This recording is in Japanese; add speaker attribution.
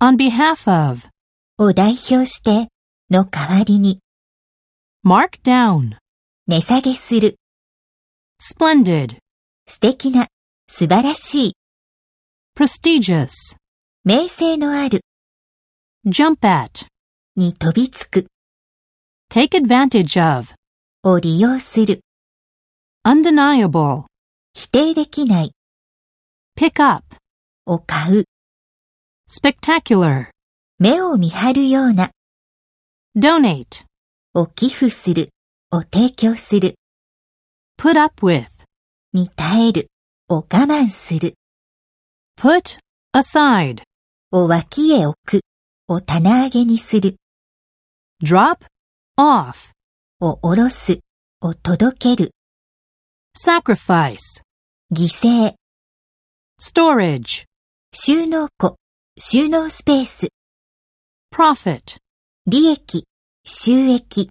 Speaker 1: on behalf of,
Speaker 2: を代表しての代わりに
Speaker 1: mark down,
Speaker 2: 値下げする、
Speaker 1: splendid,
Speaker 2: 素敵な、素晴らしい、
Speaker 1: prestigious,
Speaker 2: 名声のある
Speaker 1: jump at,
Speaker 2: に飛びつく
Speaker 1: take advantage of,
Speaker 2: を利用する、
Speaker 1: undeniable,
Speaker 2: 否定できない
Speaker 1: pick up,
Speaker 2: を買う、
Speaker 1: spectacular,
Speaker 2: 目を見張るような
Speaker 1: donate,
Speaker 2: を寄付する、を提供する、
Speaker 1: put up with,
Speaker 2: に耐える、を我慢する、
Speaker 1: put aside,
Speaker 2: を脇へ置く、を棚上げにする、
Speaker 1: drop off,
Speaker 2: を下ろす、を届ける、
Speaker 1: sacrifice,
Speaker 2: 犠牲、
Speaker 1: storage,
Speaker 2: 収納庫、収納スペース、
Speaker 1: profit.
Speaker 2: 利益、収益。